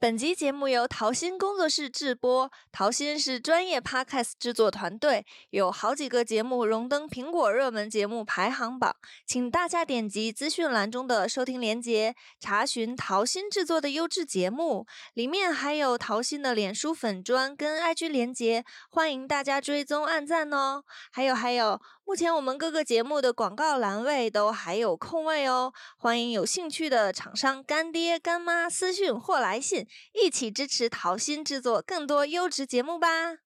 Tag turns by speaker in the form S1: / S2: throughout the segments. S1: 本集节目由桃心工作室制播，桃心是专业 podcast 制作团队，有好几个节目荣登苹果热门节目排行榜，请大家点击资讯栏中的收听链接，查询桃心制作的优质节目，里面还有桃心的脸书粉砖跟 IG 连接，欢迎大家追踪按赞哦。还有还有，目前我们各个节目的广告栏位都还有空位哦，欢迎有兴趣的厂商干爹干妈私讯或来信。一起支持桃心制作更多优质节目吧！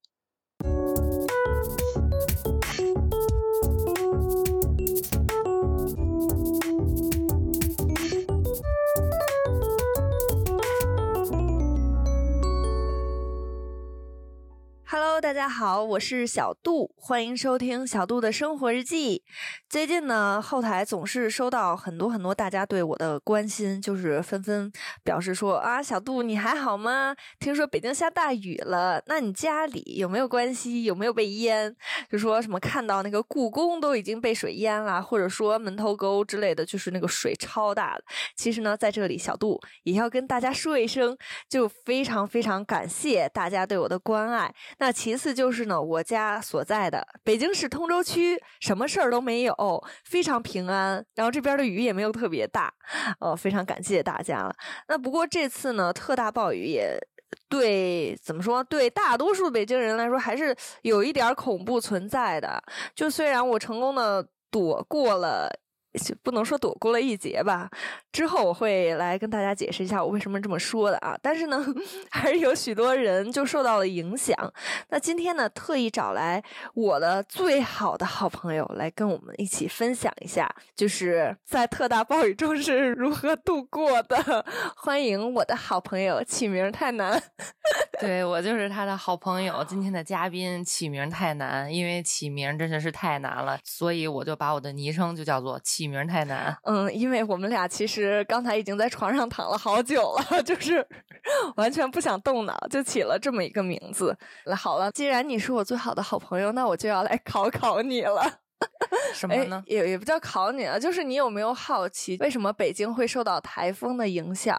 S1: Hello，大家好，我是小杜，欢迎收听小杜的生活日记。最近呢，后台总是收到很多很多大家对我的关心，就是纷纷表示说啊，小杜你还好吗？听说北京下大雨了，那你家里有没有关系？有没有被淹？就说什么看到那个故宫都已经被水淹了，或者说门头沟之类的，就是那个水超大的。其实呢，在这里小杜也要跟大家说一声，就非常非常感谢大家对我的关爱。那其次就是呢，我家所在的北京市通州区什么事儿都没有，非常平安。然后这边的雨也没有特别大，呃，非常感谢大家了。那不过这次呢，特大暴雨也。对，怎么说？对大多数北京人来说，还是有一点儿恐怖存在的。就虽然我成功的躲过了，就不能说躲过了一劫吧，之后我会来跟大家解释一下我为什么这么说的啊。但是呢， 还是有许多人就受到了影响。那今天呢，特意找来我的最好的好朋友来跟我们一起分享一下，就是在特大暴雨中是如何度过的。 欢迎我的好朋友，起名太难。
S2: 对我就是他的好朋友，今天的嘉宾起名太难，因为起名真的是太难了，所以我就把我的昵称就叫做起名太难。
S1: 嗯，因为我们俩其实刚才已经在床上躺了好久了， 就是完全不想动脑，就起了这么一个名字。那好了，既然你是我最好的好朋友，那我就要来考考你了。
S2: 什么
S1: 哎
S2: 呢，？
S1: 也也不叫考你啊，就是你有没有好奇，为什么北京会受到台风的影响？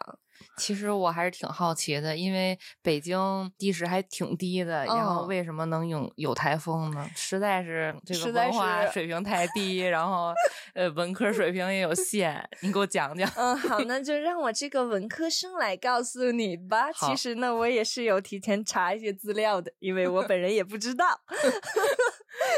S2: 其实我还是挺好奇的，因为北京地势还挺低的，然后
S1: 嗯
S2: 为什么能有有台风呢？实在是这个
S1: 实在
S2: 文化
S1: 是
S2: 水平太低，然后呃文科水平也有限，你给我讲讲。
S1: 嗯，好，那就让我这个文科生来告诉你吧。
S2: 好
S1: 其实呢，我也是有提前查一些资料的，因为我本人也不知道。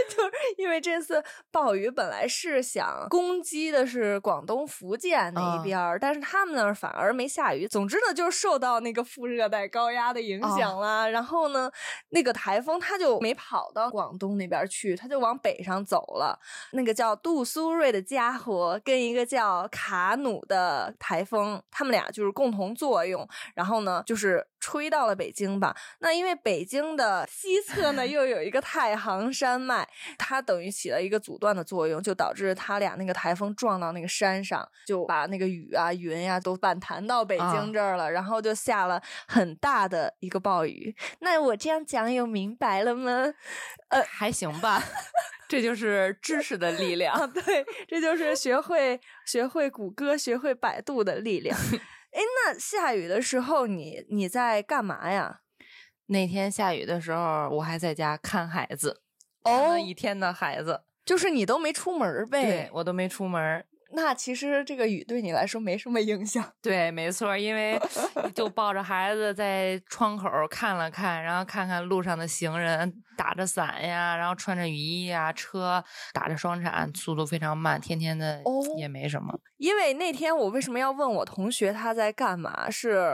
S1: 就是因为这次暴雨本来是想攻击的是广东、福建那一边儿，但是他们那儿反而没下雨。总之呢，就是受到那个副热带高压的影响啦。然后呢，那个台风它就没跑到广东那边儿去，它就往北上走了。那个叫杜苏芮的家伙跟一个叫卡努的台风，他们俩就是共同作用，然后呢，就是吹到了北京吧。那因为北京的西侧 呢又有一个太行山脉，它等于起了一个阻断的作用，就导致它俩那个台风撞到那个山上，就把那个雨啊、云呀、都反弹到北
S2: 啊
S1: 京这儿了，然后就下了很大的一个暴雨。那我这样讲有明白了吗？呃
S2: 还行 吧，这就是知识的力量。
S1: 啊， 对，这就是学会学会谷歌、学会百度的力 量。哎，那下雨的时候你，你在干嘛呀？
S2: 那天下雨的时候，我还在家看孩子，看
S1: 哦
S2: 了，一天的孩子，
S1: 就是你都没出门儿
S2: 对
S1: 呗。
S2: 我都没出门儿。
S1: 那其实这个雨对你来说没什么影响。
S2: 对，没错，因为就抱着孩子在窗口儿看了看，然后看看路上的行人打着伞呀，然后穿着雨衣呀，车打着双闪，速度非常慢，天天的
S1: 哦
S2: 也没什么。
S1: 因为那天我为什么要问我同学他在干嘛？是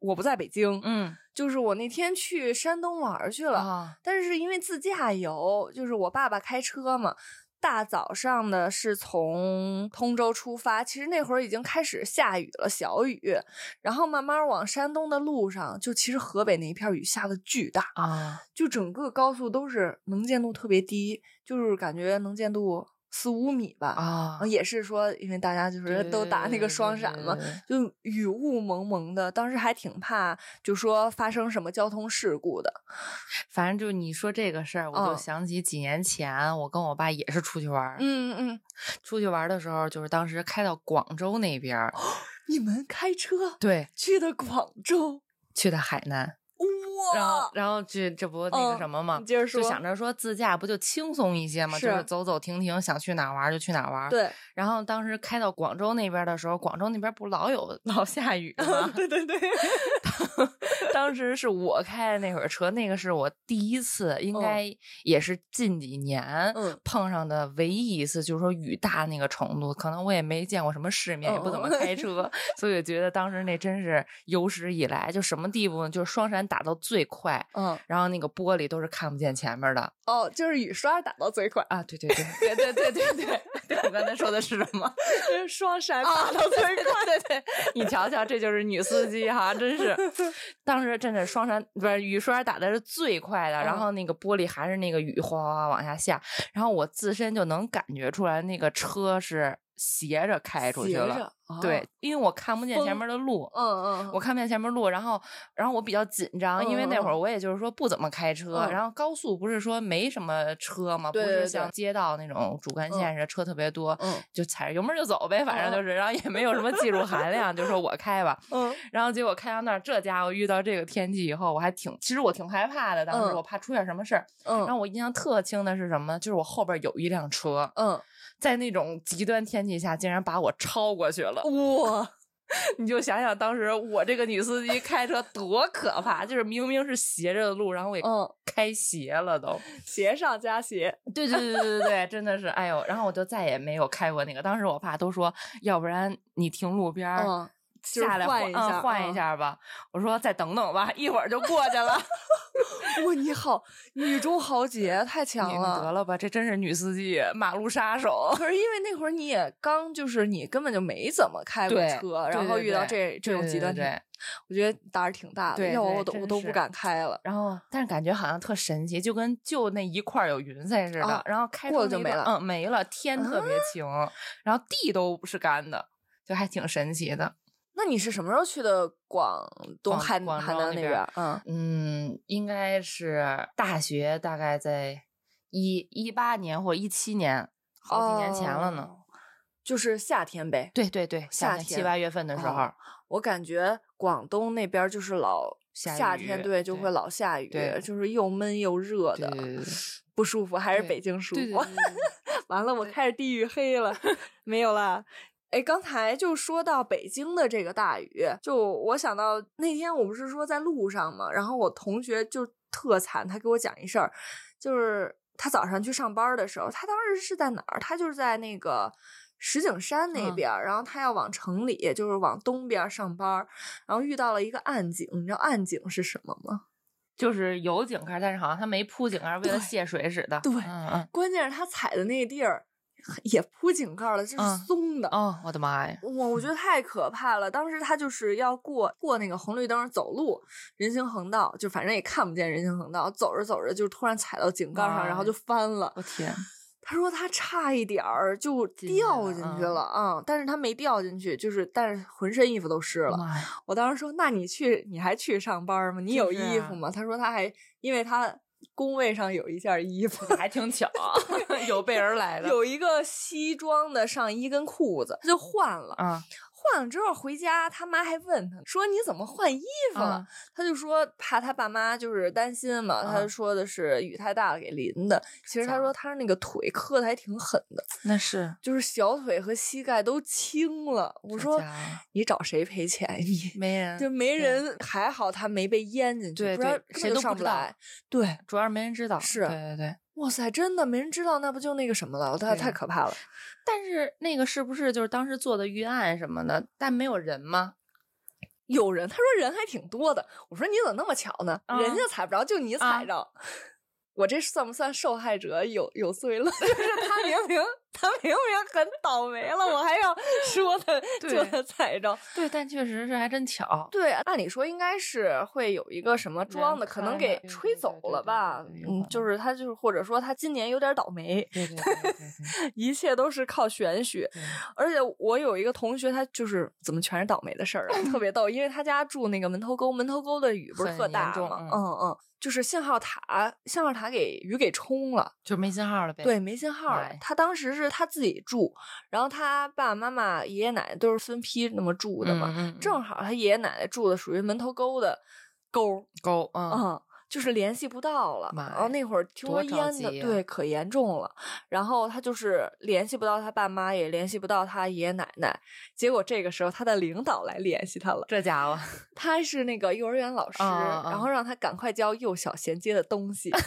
S1: 我不在北京，
S2: 嗯
S1: 就是我那天去山东玩儿去了。
S2: 啊，
S1: 但是因为自驾游，就是我爸爸开车嘛，大早上的是从通州出发，其实那会儿已经开始下雨了，小雨，然后慢慢往山东的路上，就其实河北那一片雨下的巨大，
S2: 啊，
S1: 就整个高速都是能见度特别低，就是感觉能见度四五米吧，
S2: 啊
S1: 啊，也是说因为大家就是都打那个双闪嘛，
S2: 对，对对对对对
S1: 就雨雾蒙蒙的，当时还挺怕，就说发生什么交通事故的。
S2: 反正就是你说这个事儿，我就
S1: 嗯
S2: 想起几年前我跟我爸也是出去玩儿，
S1: 嗯嗯。
S2: 出去玩儿的时候，就是当时
S1: 哦
S2: 开到广州那边儿，
S1: 你们开车
S2: 对，
S1: 去的广州，
S2: 去的海南，然后然后去这不那个什么嘛，
S1: 哦嗯你接着
S2: 就
S1: 说，
S2: 想着说自驾不就轻松一些嘛，
S1: 是
S2: 就是走走停停，想去哪玩儿就去哪玩。。
S1: 对，
S2: 然后当时开到广州那边的时候，广州那边不老有老下雨吗？
S1: 对对对，
S2: 当时是我开的那会儿车，那个是我第一次，应
S1: 嗯
S2: 该也是近几年。
S1: 嗯，
S2: 碰上的唯一一次就是说雨大那个程度，可能我也没见过什么世面，也不怎么
S1: 嗯嗯
S2: 开车，所以我觉得当时那真是有史以来就什么地步呢？就是双闪打到最快，
S1: 嗯，
S2: 然后那个玻璃都是看不见前面的
S1: 哦，就是雨刷打到最快，
S2: 啊！对对对对对对对对，对我刚才说的是什么？
S1: 双闪
S2: 啊
S1: 打到最快，
S2: 对对，你瞧瞧，这就是女司机哈，真是，当时真的双闪不是雨刷打的是最快的，然
S1: 嗯
S2: 后那个玻璃还是那个雨哗哗哗往下下，然后我自身就能感觉出来那个车是斜着开出去
S1: 斜
S2: 了，
S1: 着，哦
S2: 对，，因为我看不见前
S1: 风
S2: 面的路。
S1: 嗯嗯，
S2: 我看不见前面路，然后，然后我比较紧张，因为那会
S1: 嗯
S2: 儿我也就是说不怎么开车，
S1: 嗯
S2: 然后高速不是说没什么车嘛，
S1: 对
S2: 不
S1: 对
S2: 是
S1: 对
S2: 像街道那种主干
S1: 嗯
S2: 线似的车特别多，
S1: 嗯
S2: 就踩着油门儿就走呗，反正
S1: 哦
S2: 就是，然后也没有什么技术含量，就说我开吧。
S1: 嗯
S2: 然后结果开到那儿，这家伙遇到这个天气以后，我还挺，其实我挺害怕的，当时
S1: 嗯
S2: 我怕出点什么事儿。然
S1: 嗯
S2: 后我印象特清的是什么呢？就是我后边有一辆车，
S1: 嗯，
S2: 在那种极端天气下，竟然把我超过去了。
S1: 哇，
S2: 你就想想当时我这个女司机开车多可怕，就是明明是斜着的路，然后我也
S1: 嗯，
S2: 开斜了都。
S1: 斜上加斜，
S2: 对对对对对对，真的是，哎呦！然后我就再也没有开过那个。当时我爸都说，要不然你停路边儿、
S1: 嗯，就是
S2: 下来
S1: 换一
S2: 嗯
S1: 下
S2: 换
S1: 嗯
S2: 一下吧。我说再等等吧，一会儿就过去了。
S1: 哇，你好，女中豪杰，太强
S2: 你得
S1: 了。
S2: 了吧，这真是女司机，马路杀手。
S1: 可是因为那会儿你也刚，就是你根本就没怎么开过
S2: 对
S1: 车，
S2: 对
S1: 然后
S2: 对
S1: 遇到
S2: 对
S1: 这这种
S2: 对
S1: 极
S2: 对
S1: 端
S2: 对
S1: 天
S2: 对
S1: 气，我觉得胆儿挺大的，
S2: 对
S1: 要我
S2: 对
S1: 我都我
S2: 真
S1: 都不
S2: 是
S1: 敢开了。
S2: 然后，但是感觉好像特神奇，就跟就那一块儿有云彩似的。
S1: 啊
S2: 然后开
S1: 过
S2: 出
S1: 了啊就
S2: 那一段
S1: 没
S2: 嗯，没了，天特别晴，然后地都不是干的，就还挺神奇的。
S1: 那你是什么时候去的广东
S2: 广
S1: 海
S2: 广
S1: 海
S2: 州
S1: 南
S2: 那
S1: 那
S2: 边
S1: 边儿？嗯，
S2: 嗯，应该是大学，大概在一一八年或一七年，好几年前了呢。
S1: 哦，就是夏天呗。
S2: 对对对，
S1: 夏
S2: 七
S1: 天
S2: 八月份的时候，
S1: 哦我感觉广东那边儿就是老
S2: 下
S1: 夏
S2: 雨
S1: 天，对，就
S2: 对
S1: 会老下雨
S2: 对，
S1: 就是又闷又热
S2: 对
S1: 的
S2: 对对 对，
S1: 不舒服，还是
S2: 对
S1: 北京舒
S2: 对对
S1: 服。
S2: 对对
S1: 完了，我开始地域黑了， 没有啦。哎，刚才就说到北京的这个大雨，就我想到那天我不是说在路上嘛，然后我同学就特惨，他给我讲一事儿，就是他早上去上班的时候，他当时是在哪儿？他就是在那个石景山那
S2: 嗯
S1: 边儿，然后他要往城里，就是往东边儿上班儿，然后遇到了一个暗井，你知道暗井是什么吗？
S2: 就是有井盖儿，但是好像它没铺井盖儿，为了
S1: 对
S2: 泄水似的。
S1: 对
S2: 嗯嗯，
S1: 关键是他踩的那个地儿也铺井盖儿了，就是
S2: 嗯
S1: 松的。
S2: 哦，我的妈呀！
S1: 我我觉得太可怕了。当时他就是要过过那个红绿灯走路，人行横道，就反正也看不见人行横道。走着走着就突然踩到井盖上，然后
S2: 哇
S1: 就翻了。
S2: 我天，
S1: 他说他差一点儿就
S2: 进去
S1: 掉
S2: 了
S1: 进
S2: 嗯
S1: 去了啊、但是他没掉进去，就是但是浑身衣服都湿了。
S2: 妈呀！
S1: 我当时说：“那你去，你还去上班吗？你有
S2: 就是
S1: 衣服
S2: 啊
S1: 吗？”他说：“他还因为他工位上有一件衣 服。”
S2: 还挺巧，有备而来的。
S1: 有一个西装的上衣跟裤子，他就换了。
S2: 啊
S1: 换了之后回家，他妈还问他说：“你怎么换衣服了？”
S2: 啊
S1: 他就说怕他爸妈就是担心嘛，他
S2: 啊
S1: 就说的是雨太大了给淋的。其实他
S2: 咋
S1: 说
S2: 了
S1: 他那个腿磕的还挺狠的，
S2: 那是
S1: 就是小腿和膝盖都青了。我
S2: 这
S1: 说
S2: 家伙
S1: 你找谁赔钱呀你？
S2: 没人，
S1: 就没人，还好他没被淹进去，
S2: 对
S1: 不然
S2: 对
S1: 根本
S2: 谁
S1: 就
S2: 都
S1: 上
S2: 不知道
S1: 来。对，
S2: 主要是没人知道。
S1: 是
S2: 对对对。
S1: 哇塞，真的没人知道，那不就那个什么了？太
S2: 对
S1: 太可怕了。
S2: 但是那个是不是就是当时做的预案什么的？但没有人吗？
S1: 有人，他说人还挺多的。我说你怎么那么巧呢？
S2: 啊
S1: 人家踩不着，就你踩
S2: 啊
S1: 着。 我这算不算受害者有有罪了？就是 他明明他明明很倒霉了，我还要说 他就
S2: 对
S1: 他踩着。
S2: 对，但确实是还真巧。
S1: 对，按理说应该是会有一个什么装的，
S2: 人
S1: 可能
S2: 看
S1: 给
S2: 着对
S1: 吹
S2: 对
S1: 走
S2: 对
S1: 了
S2: 对
S1: 吧
S2: 对？有
S1: 嗯
S2: 可，
S1: 就是他就是或者说他今年有点倒霉，
S2: 对对对对对
S1: 一切都是靠玄学。
S2: 对
S1: 而且我有一个同学，他就是怎么全是倒霉的事儿啊，特别逗。因为他家住那个门头沟，门头沟的雨不是
S2: 很
S1: 特
S2: 严
S1: 大
S2: 重
S1: 吗？
S2: 嗯
S1: 嗯嗯，就是信号塔，信号塔给雨给冲了，
S2: 就没信号了呗。
S1: 对，没信号了
S2: 哎。
S1: 他当时是他自己住，然后他爸爸妈妈、爷爷奶奶都是分批那么住
S2: 嗯，
S1: 的嘛。
S2: 嗯，嗯
S1: 正好他爷爷奶奶住的属于门头沟的勾，
S2: 狗，嗯，
S1: 嗯，就是联系不到了。
S2: 妈呀
S1: 然后那会儿听说
S2: 多着
S1: 淹
S2: 急啊
S1: 的，
S2: 呀
S1: 对，可严重了。然后他就是联系不到他爸妈，也联系不到他爷爷奶奶。结果这个时候他的领导来联系他了，
S2: 这家伙，
S1: 他是那个幼儿园老师，
S2: 啊啊啊
S1: 然后让他赶快教幼小衔接的东西。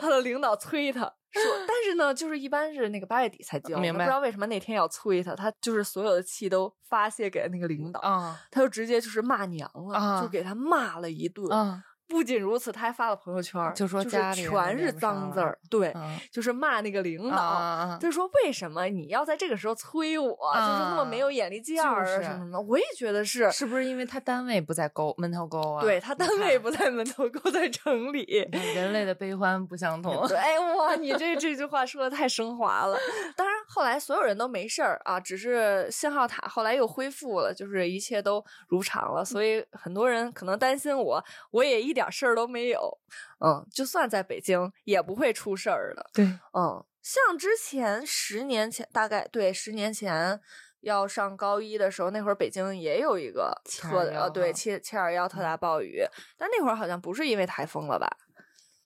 S1: 他的领导催他。说，但是呢，就是一般是那个八月底才教，
S2: 呃明白
S1: 不知道为什么那天要催他，他就是所有的气都发泄给了那个领导，
S2: 嗯
S1: 他就直接就是骂娘了，
S2: 啊
S1: 就给他骂了一顿，
S2: 嗯
S1: 不仅如此，他还发了朋友圈儿，
S2: 就说
S1: 是
S2: 家里人
S1: 全
S2: 连
S1: 是
S2: 不上
S1: 脏字
S2: 了
S1: 儿，对，
S2: 嗯，
S1: 就是骂那个领
S2: 嗯
S1: 导。
S2: 嗯嗯
S1: 就是说，为什么你要在这个时候催我？就是那么没有眼力见
S2: 嗯就
S1: 儿啊，
S2: 是
S1: 什么什么的？我也觉得是，
S2: 是不是因为他单位不在沟门头沟啊？
S1: 对他
S2: 你
S1: 单
S2: 看
S1: 位，不在门头沟，在城里。
S2: 你看人类的悲欢不相同。
S1: 对，哇，你这这句话说的太升华了。当然，后来所有人都没事儿啊，只是信号塔后来又恢复了，就是一切都如常了。所以很多人可能担心我，我也一点事儿都没有。嗯，就算在北京也不会出事儿的。
S2: 对，
S1: 嗯，像之前十年前，大概对十年前。要上高一的时候，那会儿北京也有一个
S2: 721
S1: 特呃，对
S2: 哈
S1: 七七二幺特大暴雨，但那会儿好像不是因为台风了吧？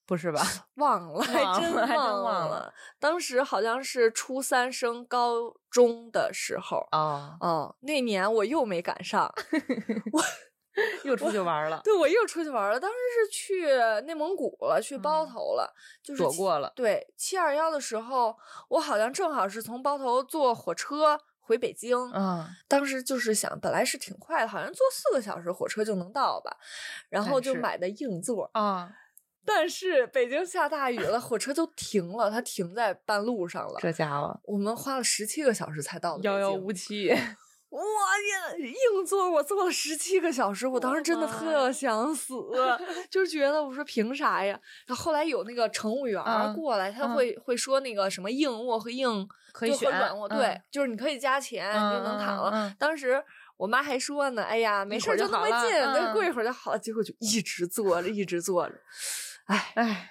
S2: 不是吧？
S1: 忘了，还
S2: 忘
S1: 真
S2: 了还真
S1: 忘
S2: 忘
S1: 了。当时好像是初三升高中的时候，
S2: 哦，
S1: 嗯，那年我又没赶 上，
S2: 又出去玩了，
S1: 对我又出去玩了。当时是去内蒙古了，去包
S2: 嗯
S1: 头了，就是
S2: 躲
S1: 七
S2: 过了。
S1: 对七二幺的时候，我好像正好是从包头坐火车回北京，
S2: 嗯，
S1: 当时就是想，本来是挺快的，好像坐四个小时火车就能到吧，然后
S2: 但
S1: 就是买的硬座，
S2: 啊，
S1: 但是北京下大雨了，火车都停了，它停在半路上了。
S2: 这家伙
S1: 我们花了十七个小时才到的北京。
S2: 期。
S1: 我天，硬座我坐了十七个小时，我当时真的
S2: 我妈
S1: 特想死， 就是觉得我说凭啥呀？然后后来有那个乘务员儿
S2: 嗯
S1: 过来，他
S2: 嗯
S1: 会会说那个什么硬卧和硬
S2: 可以
S1: 就和
S2: 选
S1: 软卧，对
S2: 嗯，
S1: 就是你可以加钱，你就能躺了。
S2: 嗯嗯嗯
S1: 当时我妈还说呢，哎呀，没
S2: 一
S1: 事
S2: 会
S1: 儿
S2: 儿
S1: 就
S2: 就
S1: 那
S2: 好
S1: 么
S2: 了
S1: 近，对，
S2: 嗯
S1: 过一会儿就好了。结果就一直坐着，一直坐着，哎。
S2: 哎，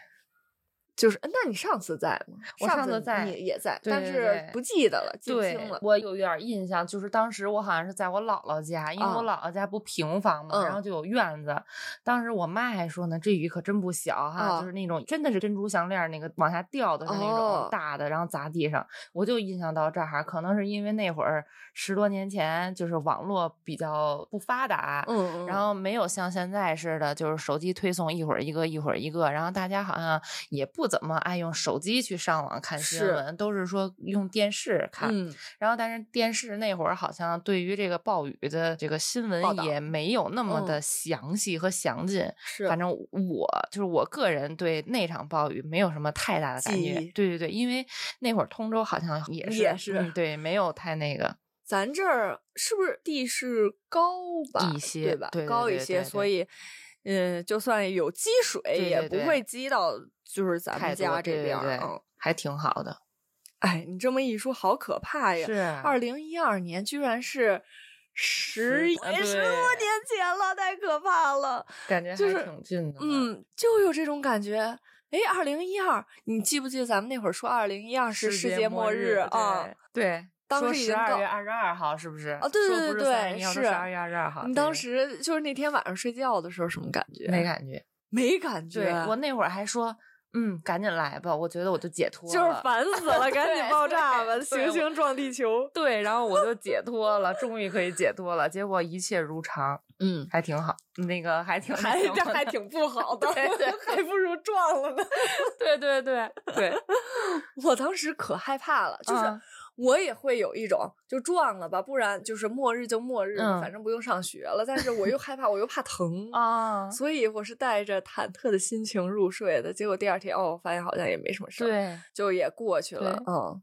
S1: 就是，那你上次在吗？
S2: 我
S1: 上
S2: 上次在
S1: 你也也在，
S2: 对
S1: 但
S2: 对
S1: 是
S2: 对
S1: 不记得了，记不
S2: 对
S1: 清了，。
S2: 我有点儿印象，就是当时我好像是在我姥姥家，因为我姥姥家不平房嘛，
S1: 哦嗯
S2: 然后就有院子。当时我妈还说呢，这雨可真不小哈，
S1: 啊
S2: 就是那种真的是珍珠项链儿那个往下掉的是那
S1: 哦
S2: 种大的，然后砸地上。我就印象到这儿，可能是因为那会儿十多年前就是网络比较不发达，
S1: 嗯，嗯
S2: 然后没有像现在似的，就是手机推送一会儿一个，一会儿一个，然后大家好像也不怎么爱用手机去上网看新
S1: 是
S2: 闻，都是说用电视看。
S1: 嗯，
S2: 然后，但是电视那会儿好像对于这个暴雨的这个新
S1: 报
S2: 闻
S1: 道
S2: 也没有那么
S1: 嗯
S2: 的详细和详尽。
S1: 是，
S2: 反正我就是我个人对那场暴雨没有什么太大的感
S1: 记
S2: 觉
S1: 忆。
S2: 对对对，因为那会儿通州好像也是
S1: 也是
S2: 嗯对，没有太那个。
S1: 咱这儿是不是地势高吧？
S2: 一些
S1: 对吧？
S2: 对对
S1: 高一
S2: 对
S1: 些，
S2: 对
S1: 所
S2: 对
S1: 以，嗯，就算有积水，
S2: 对
S1: 也
S2: 对
S1: 不
S2: 对
S1: 会积到就是咱们
S2: 太多
S1: 家这
S2: 对对
S1: 边儿。
S2: 对
S1: 嗯，
S2: 还挺好的，
S1: 哎，你这么一说，好可怕哎呀！
S2: 是啊
S1: 二零一二年居然是十
S2: 啊
S1: 哎十多
S2: 对
S1: 年前了，太可怕了。
S2: 感觉还
S1: 就是
S2: 挺近的呢。
S1: 嗯，就有这种感觉。哎，二零一二，你记不记得咱们那会儿说二零一二是世界末日啊？，
S2: 对，
S1: 当
S2: 说
S1: 时已
S2: 十
S1: 经
S2: 二
S1: 到
S2: 月二十二号是不是？
S1: 哦对对对对
S2: 是
S1: 是
S2: 十二月二十二号。
S1: 你
S2: 对
S1: 当时就是那天晚上睡觉的时候什么感觉？
S2: 没感觉？
S1: 没感觉，
S2: 对我那会儿还说，嗯，赶紧来吧，我觉得我就解脱了，
S1: 就是烦死 了，赶紧
S2: 对
S1: 爆炸吧，
S2: 对
S1: 行星撞地球。
S2: 对，然后我就解脱了，终于可以解脱了，结果一切如常，
S1: 嗯，
S2: 还挺好，那个 还 挺
S1: 还
S2: 那什
S1: 这
S2: 么
S1: 还
S2: 的
S1: 挺不好的，
S2: 对对
S1: 还不如撞了呢。
S2: 对对对对，
S1: 我当时可害怕了，就是
S2: 嗯
S1: 我也会有一种就撞了吧，不然就是末日就末日，
S2: 嗯
S1: 反正不用上学了。但是我又害怕，我又怕疼
S2: 啊，
S1: 所以我是带着忐忑的心情入睡的。结果第二天，哦，我发现好像也没什么事儿，
S2: 对，
S1: 就也过去了。嗯，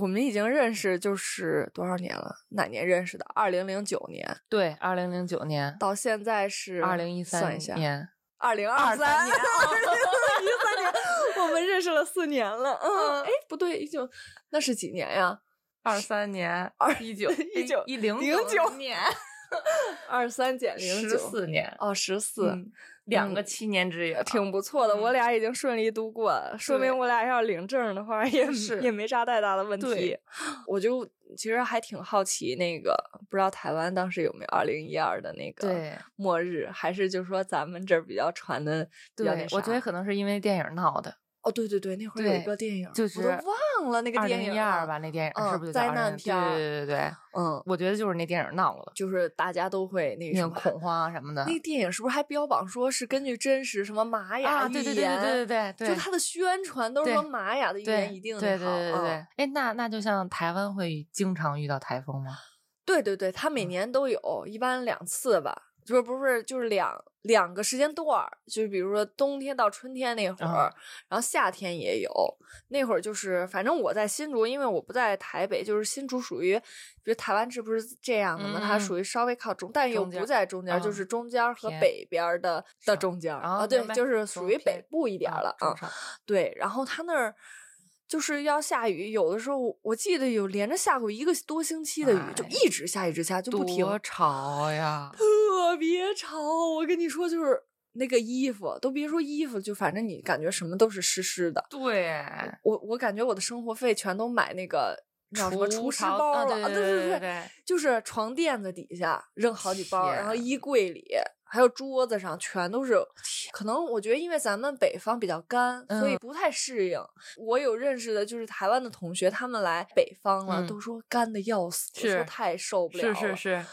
S1: 我们已经认识就是多少年了？哪年认识的？二零零九年，
S2: 对，二零零九年。
S1: 到现在是
S2: 二零一
S1: 算
S2: 三
S1: 一下，
S2: 年，
S1: 二零二三哦
S2: 23年
S1: 二零一三年， 我们认识了四年了。嗯，哎，不对，一九那是几年呀？
S2: 二三年，
S1: 二
S2: 一九
S1: 一九
S2: 一零
S1: 09
S2: 年，
S1: 二三减零
S2: 十
S1: 九，
S2: 四年，
S1: 哦，十四、
S2: 嗯两个七年之痒，
S1: 挺不错的。我
S2: 嗯
S1: 俩已经顺利度过了，说
S2: 对
S1: 明我俩要是领证的话，也
S2: 是
S1: 也没啥太大的问题
S2: 对。
S1: 我就其实还挺好奇，那个不知道台湾当时有没有二零一二的那个
S2: 对
S1: 末日，还是就说咱们这儿比较传的比较那
S2: 对，我觉得
S1: 啥
S2: 可能是因为电影闹的，
S1: 哦，对对对，那会儿有一
S2: 对
S1: 个电影，
S2: 就
S1: 我
S2: 是
S1: 都忘了那个
S2: 二
S1: 电
S2: 零
S1: 影
S2: 一二
S1: 了
S2: 吧，，那电影、
S1: 嗯
S2: 是不是就
S1: 灾
S2: 叫2012
S1: 难片儿
S2: 对对对对对，
S1: 嗯，
S2: 我觉得就是那电影闹了，
S1: 就是大家都会那个什
S2: 那种
S1: 么
S2: 恐。慌啊什么的
S1: 那个电影是不是还标榜说是根据真实什么玛雅
S2: 啊，
S1: 预
S2: 对对对对
S1: 言
S2: 对对对，
S1: 就它的宣传都是
S2: 对
S1: 说玛雅的预
S2: 对
S1: 言一定
S2: 对
S1: 好
S2: 对对对对
S1: 嗯，
S2: 哎，那那就像台湾会经常遇到台风吗？
S1: 对对对，它每
S2: 嗯
S1: 年都有，一般两次吧，就是不是就是两两个时间段儿，就是比如说冬天到春天那会
S2: 啊
S1: 儿，然后夏天也有，那会儿就是反正我在新竹，因为我不在台北，就是新竹属于，比如台湾这不是这样的吗？它
S2: 嗯
S1: 属于稍微靠中，但又
S2: 中间
S1: 不在中间儿，就
S2: 嗯
S1: 是中间儿和
S2: 偏
S1: 北边儿的的
S2: 上
S1: 中间儿
S2: 啊
S1: 啊，对
S2: 明，白
S1: 就是
S2: 中
S1: 属于北
S2: 偏
S1: 部一点儿了啊
S2: 中。上
S1: 对，然后他那儿就是要下雨，有的时候我我记得有连着下过一个多星期的雨，就
S2: 哎
S1: 一直下一直下就不停，
S2: 多吵 呀！
S1: 特别吵。我跟你说，就是那个衣服，都别说衣服，就反正你感觉什么都是湿湿的。
S2: 对，
S1: 我我感觉我的生活费全都买那个叫什么除湿
S2: 潮
S1: 包
S2: 啊
S1: 了，
S2: 对
S1: 啊
S2: 对
S1: 对
S2: 对
S1: 对，
S2: 对，
S1: 就是床垫子底下扔好几包，然后
S2: 天
S1: 衣柜里还有桌子上全都是。可能我觉得，因为咱们北方比较干，所以
S2: 嗯
S1: 不太适应。我有认识的，就是台湾的同学，他们来北方了，
S2: 嗯
S1: 都说干的要死，说
S2: 是
S1: 太受不了
S2: 是
S1: 了。
S2: 是，是，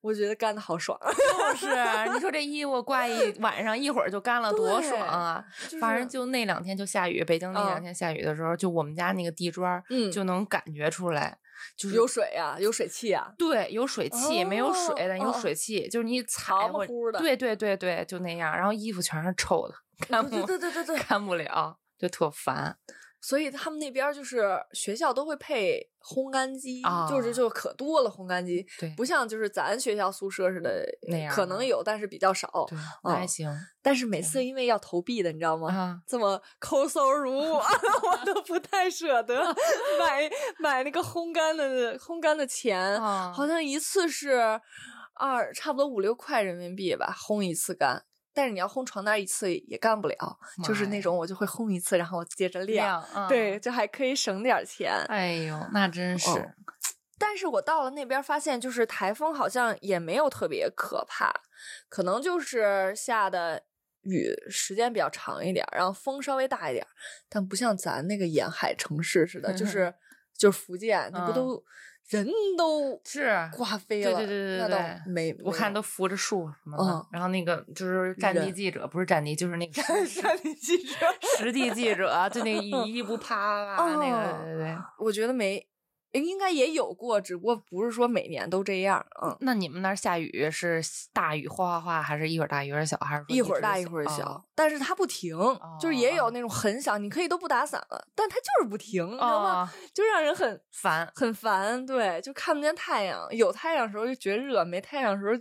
S1: 我觉得干的好爽， 啊
S2: 就是你说这衣服挂一晚上，一会儿就干了，多
S1: 对
S2: 爽啊！
S1: 就是、
S2: 反正就那两天就下雨，北京那
S1: 嗯
S2: 两天下雨的时候，就我们家那个地砖儿
S1: 嗯
S2: 就能感觉出来，就是
S1: 有水啊，有水汽啊，
S2: 对，有水汽，没有水
S1: 哦
S2: 的，但
S1: 哦
S2: 有
S1: 哦
S2: 水汽，就是你
S1: 潮
S2: 踩
S1: 乎
S2: 会，
S1: 乎的
S2: 对对对对，就那样。然后衣服全是臭的， 看
S1: 对
S2: 不
S1: 对对对对。
S2: 看不了，就特烦。
S1: 所以他们那边儿就是学校都会配烘干机，就是
S2: 啊
S1: 就可多了烘干机，
S2: 对
S1: 不像就是咱学校宿舍似的嗯
S2: 那样
S1: 可
S2: 的
S1: 能有，但是比较少。
S2: 对，那
S1: 哦
S2: 还行
S1: 但是每次因为要投币的，你知道吗？
S2: 啊。
S1: 这么抠搜如 我，我都不太舍得买买那个烘干的烘干的钱，
S2: 啊
S1: 好像一次是二差不多五六块人民币吧，烘一次干。但是你要烘床单一次也干不了，就是
S2: 妈
S1: 那
S2: 呀
S1: 种我就会烘一次，然后我接着晾。
S2: 亮，啊
S1: 对，。就还可以省点儿钱。
S2: 哎呦，那真是
S1: 哦但是我到了那边儿发现，就是台风好像也没有特别可怕，可能就是下的雨时间比较长一点儿，然后风稍微大一点儿，但不像咱那个沿海城市似的， 就是就是福建，你不
S2: 嗯
S1: 都、人都
S2: 是
S1: 刮飞
S2: 对
S1: 了？
S2: 对对对
S1: 那
S2: 对
S1: 倒没，
S2: 我
S1: 没
S2: 看
S1: 有
S2: 都扶着树什么的
S1: 嗯，
S2: 然后那个就是战地
S1: 人
S2: 记者，不是战地，就是那个 实
S1: 山里记者，
S2: 实地记者，就那个一一步啪啪啪啊那
S1: 嗯哦
S2: 个，对对对。
S1: 我觉得没。应该也有过，只不过不是说每年都这样，嗯，
S2: 那你们那儿下雨是大雨哗哗哗，还是一会儿大一会儿小，还是说
S1: 一会儿
S2: 直
S1: 大一会儿
S2: 啊
S1: 小，但是它不停，就是也有那种很小，你可以都不打伞了，但它就是不停，你知道吗？
S2: 啊，
S1: 就让人很
S2: 烦。
S1: 很烦，对，就看不见太阳，有太阳的时候就觉得热，没太阳的时候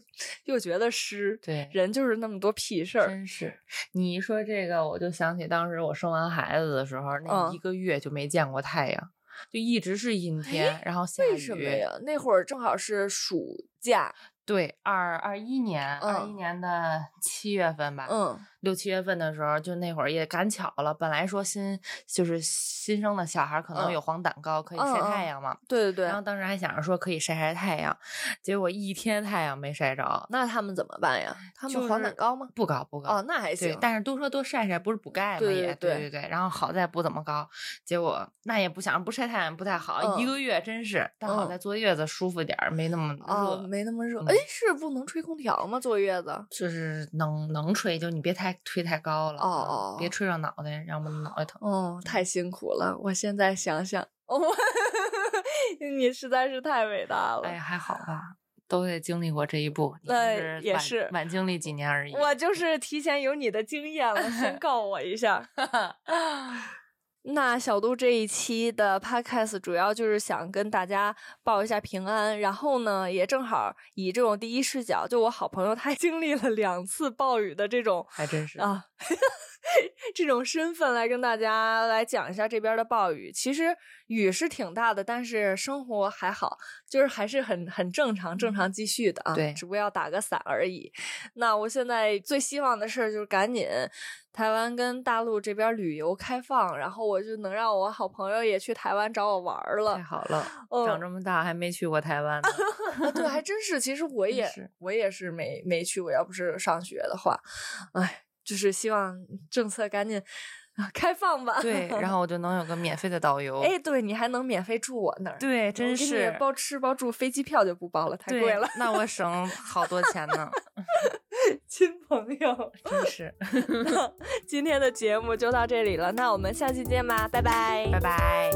S1: 又觉得湿，
S2: 对
S1: 人就是那么多屁事儿，
S2: 真是，你一说这个，我就想起当时我生完孩子的时候，那
S1: 嗯哎
S2: 一个月就没见过太阳，就一直是阴天，然后下雨。
S1: 为什么呀？那会儿正好是暑假，
S2: 对，二二一年，
S1: 嗯
S2: 二一、年的七月份吧，
S1: 嗯
S2: 六七月份的时候，就那会儿也赶巧了。本来说新就是新生的小孩可能
S1: 嗯
S2: 有黄疸高，可以
S1: 嗯
S2: 晒
S1: 嗯
S2: 太阳嘛。
S1: 对对对
S2: 然，后当时还想着说可以晒晒太阳，结果一天太阳没晒着，
S1: 那他们怎么办呀？他
S2: 就
S1: 们黄疸
S2: 是
S1: 高吗？
S2: 不高不高。
S1: 哦，那还
S2: 对
S1: 行，，
S2: 但是多说多晒晒，不是补钙嘛？
S1: 对
S2: 也
S1: 对
S2: 对对然后好在不怎么高，结果那也不想不晒太阳不太好，一
S1: 嗯
S2: 个月真是。但好
S1: 嗯
S2: 在坐月子舒服点儿，没那么热，
S1: 哦，没那么热，
S2: 嗯
S1: 哎、是不能吹空调吗？坐月子？
S2: 就是能能吹，就你别太吹太高了，
S1: 哦
S2: 嗯
S1: 哦哦
S2: 别吹着脑袋，要么脑袋疼。
S1: 哦，太辛苦了！我现在想想，哦、 你实在是太伟大了。
S2: 哎呀，还好吧，都得经历过这一步，你
S1: 那
S2: 只
S1: 也
S2: 晚
S1: 是
S2: 晚经历几年而已。
S1: 我就是提前有你的经验了， 先告我一下。那小杜这一期的 podcast 主要就是想跟大家报一下平安，然后呢，也正好以这种第一视角，就我好朋友他经历了两次暴雨的这种
S2: 还真是
S1: 啊， 这种身份来跟大家来讲一下这边的暴雨。其实雨是挺大的，但是生活还好，就是还是很很正常，正常继续的啊。
S2: 嗯对
S1: 只不过要打个伞而已。那我现在最希望的事儿就是赶紧台湾跟大陆这边旅游开放，然后我就能让我好朋友也去台湾找我玩儿了
S2: 太。好了，
S1: 嗯
S2: 长这么大还没去过台湾呢。
S1: 啊，对，还真是。其实我
S2: 真
S1: 也
S2: 是
S1: 我也是没没去过，要不是上学的话，哎，就是希望政策赶紧啊开放吧。
S2: 对，然后我就能有个免费的导游。
S1: 哎，对你还能免费住我那儿，
S2: 对，
S1: 我
S2: 真
S1: 给你
S2: 是
S1: 包吃包住，飞机票就不包了，太
S2: 对
S1: 贵了，
S2: 那我省好多钱 呢，
S1: 亲朋友。
S2: 真是。
S1: 今天的节目就到这里了，那我们下期见吧，拜拜，
S2: 拜拜。